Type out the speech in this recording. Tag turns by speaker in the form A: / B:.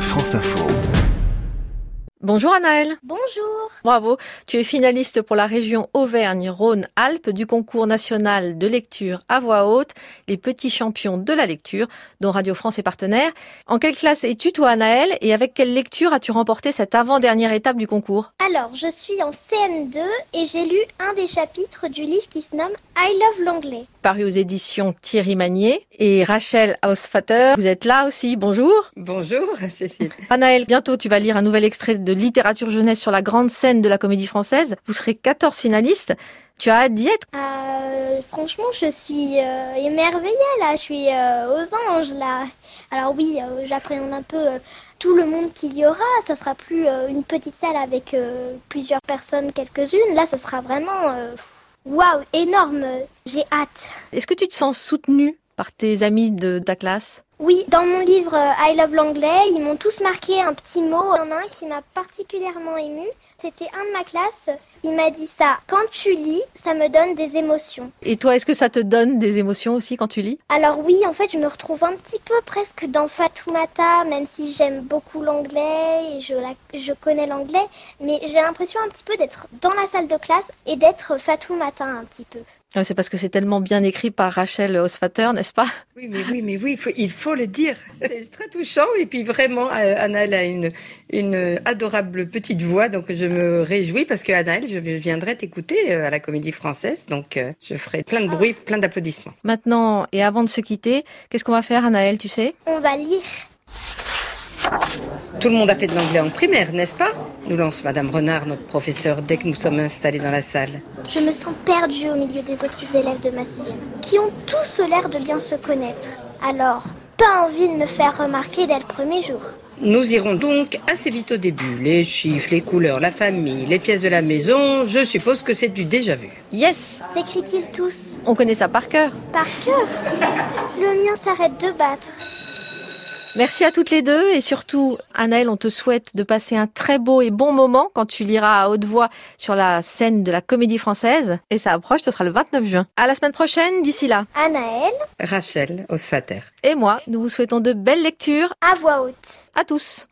A: France Info.
B: Bonjour Anaëlle,
C: Bonjour.
B: bravo. Tu es finaliste pour la région Auvergne-Rhône-Alpes du concours national de lecture à voix haute, les petits champions de la lecture, dont Radio France est partenaire. En quelle classe es-tu toi Anaëlle et avec quelle lecture as-tu remporté cette avant-dernière étape du concours
C: Alors, je suis en CM2 et j'ai lu un des chapitres du livre qui se nomme I Love l'anglais.
B: Paru aux éditions Thierry Magnier et Rachel Hausfatter, vous êtes là aussi, bonjour.
D: Bonjour Cécile.
B: Anaëlle, bientôt tu vas lire un nouvel extrait de littérature jeunesse sur la grande scène de la comédie française. Vous serez 14 finalistes. Tu as hâte d'y être
C: Euh, franchement, je suis euh, émerveillée là, je suis euh, aux anges là. Alors oui, euh, j'appréhende un peu euh, tout le monde qu'il y aura. Ça sera plus euh, une petite salle avec euh, plusieurs personnes, quelques-unes. Là, ça sera vraiment euh, pff, waouh, énorme. J'ai hâte.
B: Est-ce que tu te sens soutenue par tes amis de ta classe
C: Oui, dans mon livre euh, I Love l'anglais, ils m'ont tous marqué un petit mot. Il y en a un qui m'a particulièrement ému. C'était un de ma classe. Il m'a dit ça. Quand tu lis, ça me donne des émotions.
B: Et toi, est-ce que ça te donne des émotions aussi quand tu lis
C: Alors oui, en fait, je me retrouve un petit peu presque dans Fatoumata, même si j'aime beaucoup l'anglais et je, la, je connais l'anglais. Mais j'ai l'impression un petit peu d'être dans la salle de classe et d'être Fatoumata un petit peu.
B: Ouais, Ah, C'est parce que c'est tellement bien écrit par Rachel Osfater, n'est-ce pas
D: Oui, mais oui, mais oui, il faut, il faut le dire. C'est très touchant. Et puis vraiment, euh, Anaëlle a une, une adorable petite voix. Donc je me réjouis parce que Anaëlle, je viendrai t'écouter euh, à la Comédie Française. Donc euh, je ferai plein de bruit, plein d'applaudissements.
B: Maintenant, et avant de se quitter, qu'est-ce qu'on va faire, Anaëlle, tu sais
C: On va lire.
D: Tout le monde a fait de l'anglais en primaire, n'est-ce pas Nous lance Madame Renard, notre professeur, dès que nous sommes installés dans la salle.
C: Je me sens perdue au milieu des autres élèves de ma sixième, qui ont tous l'air de bien se connaître. Alors, pas envie de me faire remarquer dès le premier jour.
D: Nous irons donc assez vite au début. Les chiffres, les couleurs, la famille, les pièces de la maison, je suppose que c'est du déjà vu.
B: Yes
C: S'écrient-ils tous
B: On connaît ça par cœur.
C: par cœur Le mien s'arrête de battre.
B: Merci à toutes les deux et surtout, Anaëlle, on te souhaite de passer un très beau et bon moment quand tu liras à haute voix sur la scène de la comédie française. Et ça approche, ce sera le 29 juin. À la semaine prochaine, d'ici là.
C: Anaël,
D: Rachel Osfater.
B: Et moi, nous vous souhaitons de belles lectures
C: à voix haute.
B: à tous.